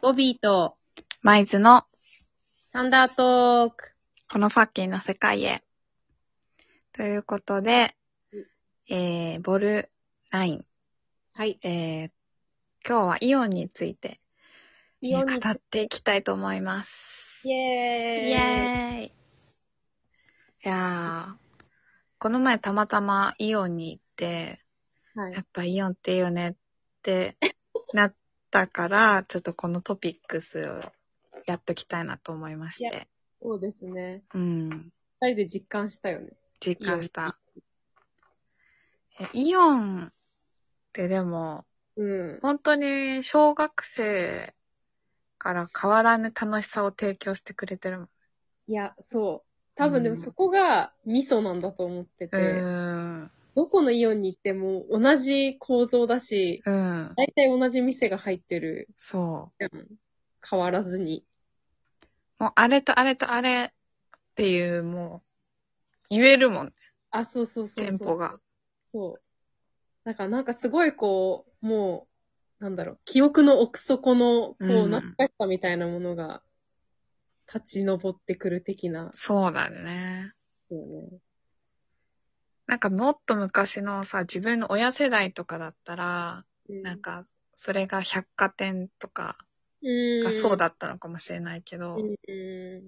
ボビーとマイズのサンダートーク。このファッキンの世界へ。ということで、えー、ボル9、はい。えー、今日はイオンについて、ねイオンに、語っていきたいと思います。イイエーイ。エーイ。いやー、この前たまたまイオンに行って、はいやっぱイオンっていいよね ってなったから、ちょっとこのトピックスをやっときたいなと思いましいて。そうですね。うん。二人で実感したよね。実感した。えイオンってでも、うん。本当に小学生から変わらぬ楽しさを提供してくれてるもん。いや、そう。多分でもうんそこがミソなんだと思ってて、うん。どこのイオンに行っても同じ構造だし、うん。大体同じ店が入ってる。そう。うん変わらずに。もうあれとあれとあれっていう、もう、言えるもん、あ、そうそうそうそう。店舗が。そう。だからなんかすごいこう、もう、なんだろう、記憶の奥底の、こう、うん懐かしさみたいなものが、立ち上ってくる的な。そうだね。そうね。なんかもっと昔のさ、自分の親世代とかだったら、なんか、それが百貨店とかうん、がそうだったのかもしれないけど、うん。う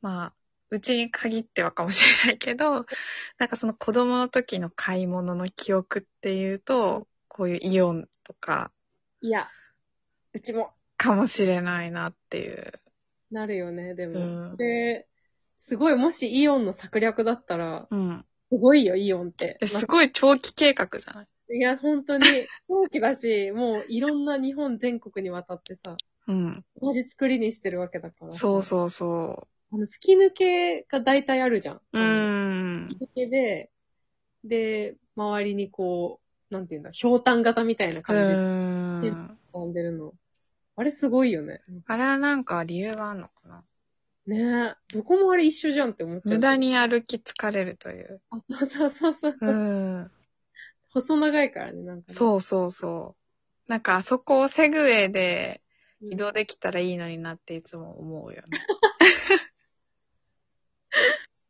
まあ、うちに限ってはかもしれないけど、なんかその子供の時の買い物の記憶っていうと、こういうイオンとかん。いや、うちも、かもしれないなっていう。なるよね、でも。うんで、すごい、もしイオンの策略だったら、うん。すごいよ、イオンって。えすごい長期計画じゃないいや、本当に、大きだし、もう、いろんな日本全国にわたってさ、うん。同じ作りにしてるわけだからさ。そうそうそあの、吹き抜けが大体あるじゃん。う。うあの。ん。吹き抜けで、で、周りにこう、なんていうんだ、氷炭型みたいなう感じでん。並んでるの。あれすごいよね。あれはなんか理由があるのかなねえ、どこもあれ一緒じゃんって思っちゃう。無駄。に歩き疲れるという。あ、そうそうそうそう。うん。細長いからね、なんか、ね。そうそうそう。なんかあそこをセグウェイでうん。移動できたらいいのになっていつも思うよね。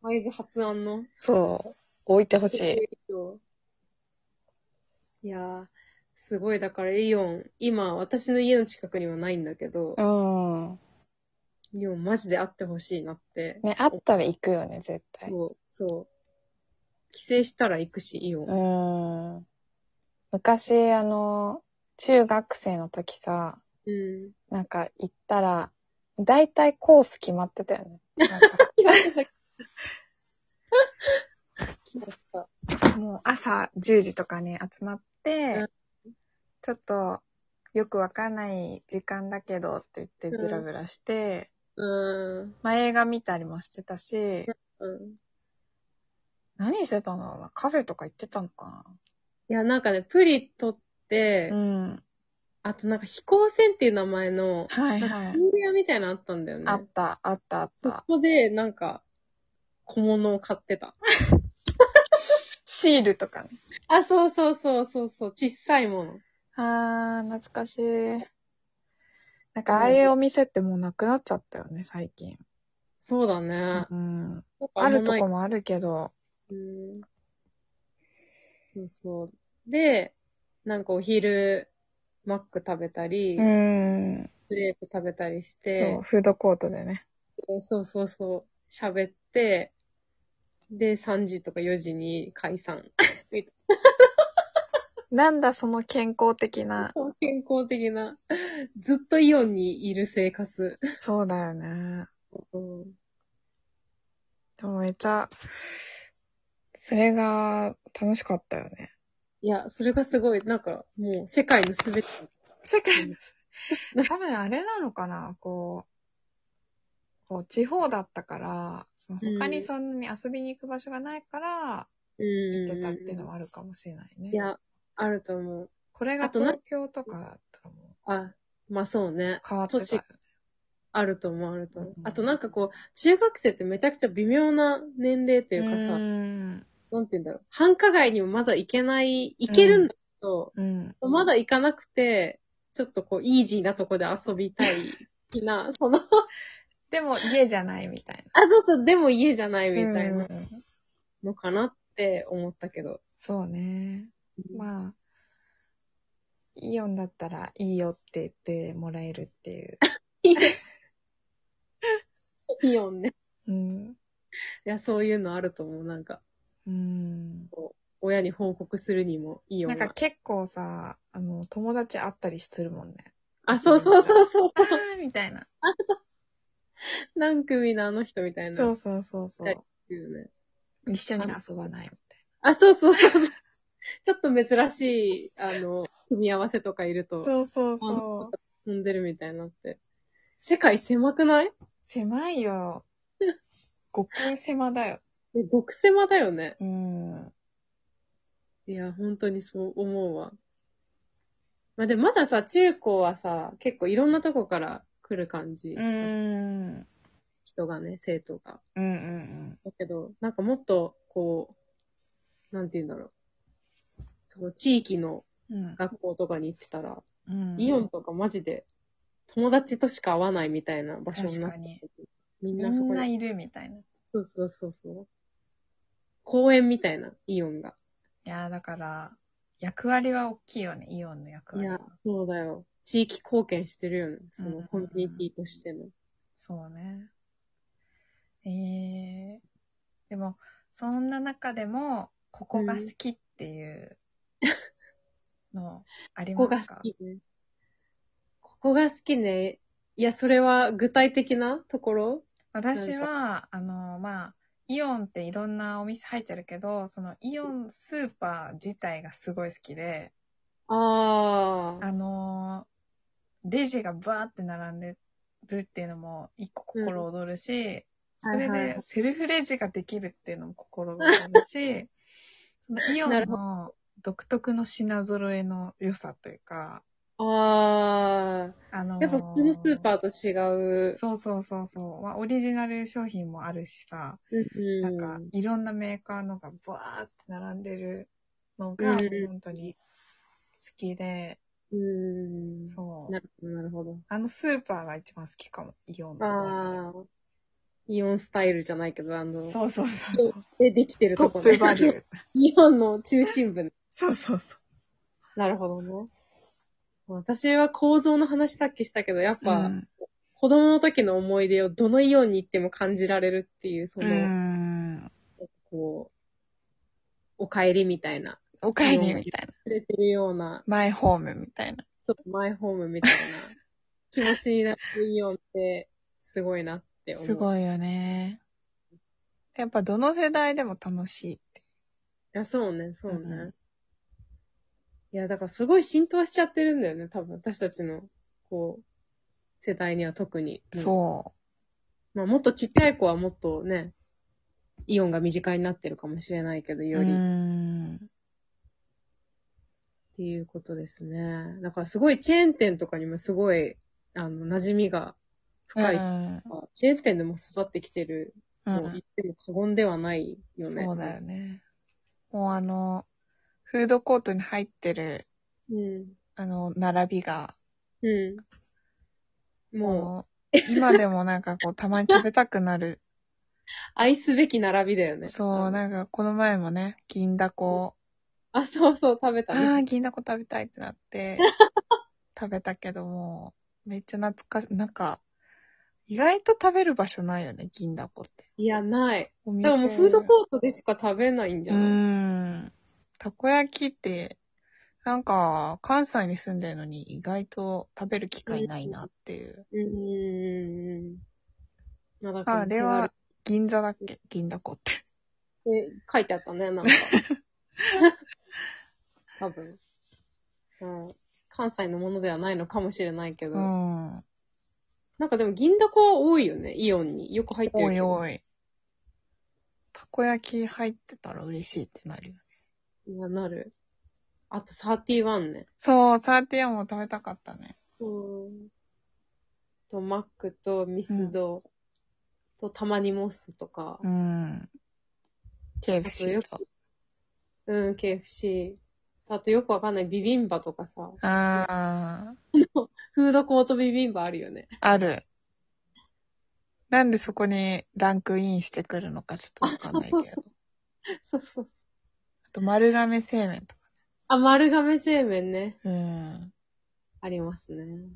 マイズ発案の。そう。置いてほしい。いやー、すごい。だからイオン、今、私の家の近くにはないんだけど、うん。イオンマジであってほしいなって。ね、あったら行くよね、絶対。そう、そう。帰省したら行くし、イオン。うん。昔、あの、中学生の時さ、うん。なんか行ったら、だいたいコース決まってたよね。なんか 決まった。もう朝10時とかに集まって、うんちょっとよくわかんない時間だけどって言ってブラブラして、うーん。まあ映画見たりもしてたし、うん。何してたのカフェとか行ってたのかいや、なんかね、プリ撮って、なうん。あとなんか飛行船っていう名前の、はいなんはかイ。い ンディアみたいなのあったんだよね。あった、あった、あっそた。こで、なんか、小物を買ってた。シールとかね。あ、そうそうそうそうそう、小さいもの。あー、懐かしい。なんか、ああいうお店ってもうなくなっちゃったよね、最近。そうだね。うん。なんかあんまるとないこもあるけど。うんそうそう。で、なんかお昼、マック食べたり、うん。クレープ食べたりしそてう、、フードコートでね。でそうそうそう、喋って、で、3時とか4時に解散。 なんだ、その健康的な。健康的な、ずっとイオンにいる生活。そうだよね。でもめちゃ、それが楽しかったよね。いや、それがすごい、なんか、もう、世界のすべて。世界の、多分あれなのかな、こう、こう地方だったから、その他にそんなに遊びに行く場所がないから、うん行ってたっていうのはあるかもしれないね。いや、あると思う。これがあとな東京とかだったらもうあ、まあそうね。変わってたよね。あると思う、あると思うう。んあとなんかこう、中学生ってめちゃくちゃ微妙な年齢っていうかさ、うんなんて言うんだろう。繁華街にもまだ行けない、行けるんだけど、うん。まだ行かなくて、ちょっとこう、イージーなとこで遊びた い。的な、その、あ、でも家じゃないみたいそうそう、でも家じゃないな。みたいなうんのかなって思ったけど。そうね。まあ、イオンだったらいいよって言ってもらえるっていう。イオンね。うん。いや、そういうのあると思う。なんか、うん。親に報告するにもイオなンんかは。結構さ、あの、友達会ったりするもんね。あ、そうそうそうそう。あー みたいな。何組のあの人みたいな。そうそうそうそはう。っていうね。一緒に遊ばないみあ、そうそうそうそう。ちょっと珍しい、あの、組み合わせとかいるたいな。と、そうそうあそのう。飛んでるみたいになって。世界狭くない狭い よ。極狭だよ。え極狭だよね。うん。いや、本当にそう思うわ。まあでもまださ、中高はさ、結構いろんなとこから来る感じ。うん。うん人がね、生徒が。うんうん。だけど、なんかもっと、こう、なんて言うんだろう。その地域のうん学校とかに行ってたら、うんイオンとかマジで友達としか会わないみたいな場所になっ確かにててみんみなそんこなに。いるみたいな。いそうそうそうそう。公園みたいな、イオンが。やー、だから、役割は大きいよね、イオンの役い割は。や、そうだよ。地域貢献してるよね。そうんうんのうんコミュニティとしての。そうね。ええでも、そんな中でも、ここが好きっていうの、ありまここすかが好きね。ここが好きね。いや、それは具体的なところ私は、あの、まあ、イオンっていろんなお店入ってるけど、そのイオンスーパー自体がすごい好きで、ああ。あのーレジがバーって並んでるっていうのも一個心躍るし、うんそれはいはいはでいセルフレジができるっていうのも心躍る し、そのイオなンるほの独特の品揃えの良さというか、ああ。あのーやっぱ普通のスーパーと違う。そうそうそうそう、まあ、オリジナル商品もあるしさ、うんなうんんかいろんなメーカーのがバーって並んでるのがもう本当に好きで、うん。そうな。るほど、なるほど。あのスーパーが一番好きかも、イオンの中で。ああ。イオンスタイルじゃないけど、あの、そうそうそうそう。でできてるトとこップバリュー。 イオンの中心部ね。そうそうそなるほどね。私は構造の話さっきしたけど、やっう。うぱ、ん。子供の時の思い出をどのように行っても感じられるっていう、その、うんこう、お帰りみたいな、おかえりみたいな。くれてるような、マイホームみたいな。そうマイホームみたいな気持ちになるイオンって、すごいなって思う。すいごいよね。やっぱどの世代でも楽しいって。や、そうね、そうね。うんいや、だからすごい浸透しちゃってるんだよね、多分私たちの、こう、世代には特に。そまあ、もっとちっちゃい子はもっとね、イオンが身近になってるかもしれないけど、う。より、うっん。ていうことですね。だからすごいチェーン店とかにもすごい、あの、馴染みが深い。うんチェーン店でも育ってきてる、うもう言っても過言ではないよね。ん。そうだよね。もうあの、フードコートに入ってる、うん。あの、並びが、うん。もう、もう、今でもなんかこう、たまに食べたくなる愛すべき並びだよね。そう、ね。なんかこの前もね、銀だこ、あ、そうそう、食べたああ、ね。銀だこ食べたいってな って、食べたけども、めっちゃ懐かしい。なんか、意外と食べる場所ないよね、銀だこって。いや、ない。お店でももうフードコートでしか食べないんじゃうない、ーん。たこ焼きって、なんか、関西に住んでるのに意外と食べる機会ないなっていう。うーん。まあ、だからあれは、銀座だっけ銀だこって。手軽って書いてあったね、なん か。多分。うん。関西のものではないのかもしれないけど。うん。なんかでも銀だこは多いよね、イオンに。よく入ってるおけいどおい。たこ焼き入ってたら嬉しいってなるよねいや、なる。あと31ね。そう、サーティアンも食べたかったね。うん。と、マックとミスド、と、たまにモスとか。うん。あとよ KFC と。うん、KFC。あとよくわかんないビビンバとかさ、あフードコートビビンバあるよね。ー、ある。なんでそこにランクインしてくるのかちょっとわかんないけ あど。そそうそうそう。あと丸亀製麺とか。あ、丸亀製麺ね。うん。ありますね。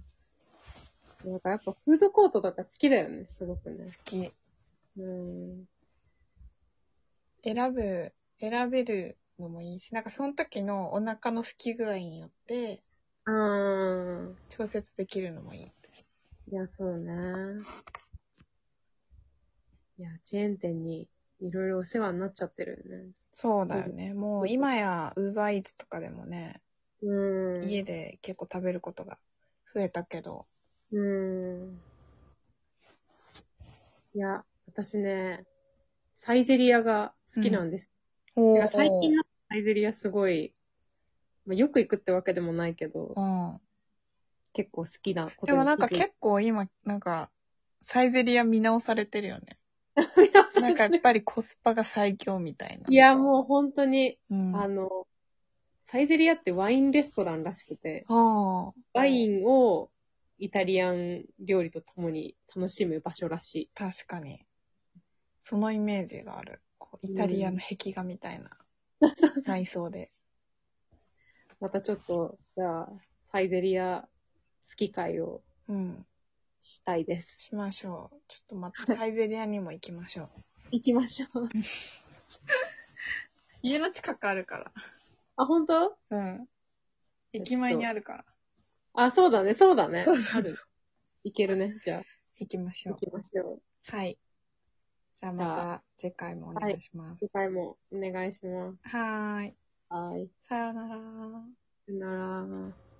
なんかやっぱフードコートとか好きだよね、すごくね好。き。うん。選ぶ、選べるのもいいし、なんかその時のお腹の拭き具合によってあー。調節できるのもいい。いや、そうね。いや、チェーン店にいろいろお世話になっちゃってるよね。そうだよね。もう今や Uber Eats とかでもね、うん。家で結構食べることが増えたけど。うん。いや、私ね、サイゼリアが好きなんです。おてか最近のサイゼリアすごい、まあ、よく行くってわけでもないけど、うん。結構好きなことでもなんかに気づい結構今、なんか、サイゼリア見直されてるよ ね。たなんかやっぱりコスパが最強みたいな。いや、もう本当に、うん。ああの、サイゼリアってワインレストランらしくて、あ、ワインをイタリアン料理とともに楽しむ場所らしい。確かに。そのイメージがある。こうイタリアの壁画みたい な内装で。またちょっと、じゃあ、サイゼリア好き会をうん。したいです。しましょう。ちょっとまたサイゼリアにも行きましょう。行きましょう。家の近くあるから。あ、本当？うん。駅前にあるから。あ、そうだね、そうだね。そうそうそうある行けるね。じゃあ、行きましょ行う。きましょう。はい。じゃあじゃあまた次回もお願いします。次回もお願いします。はーい。はい。さようなら。さよなら。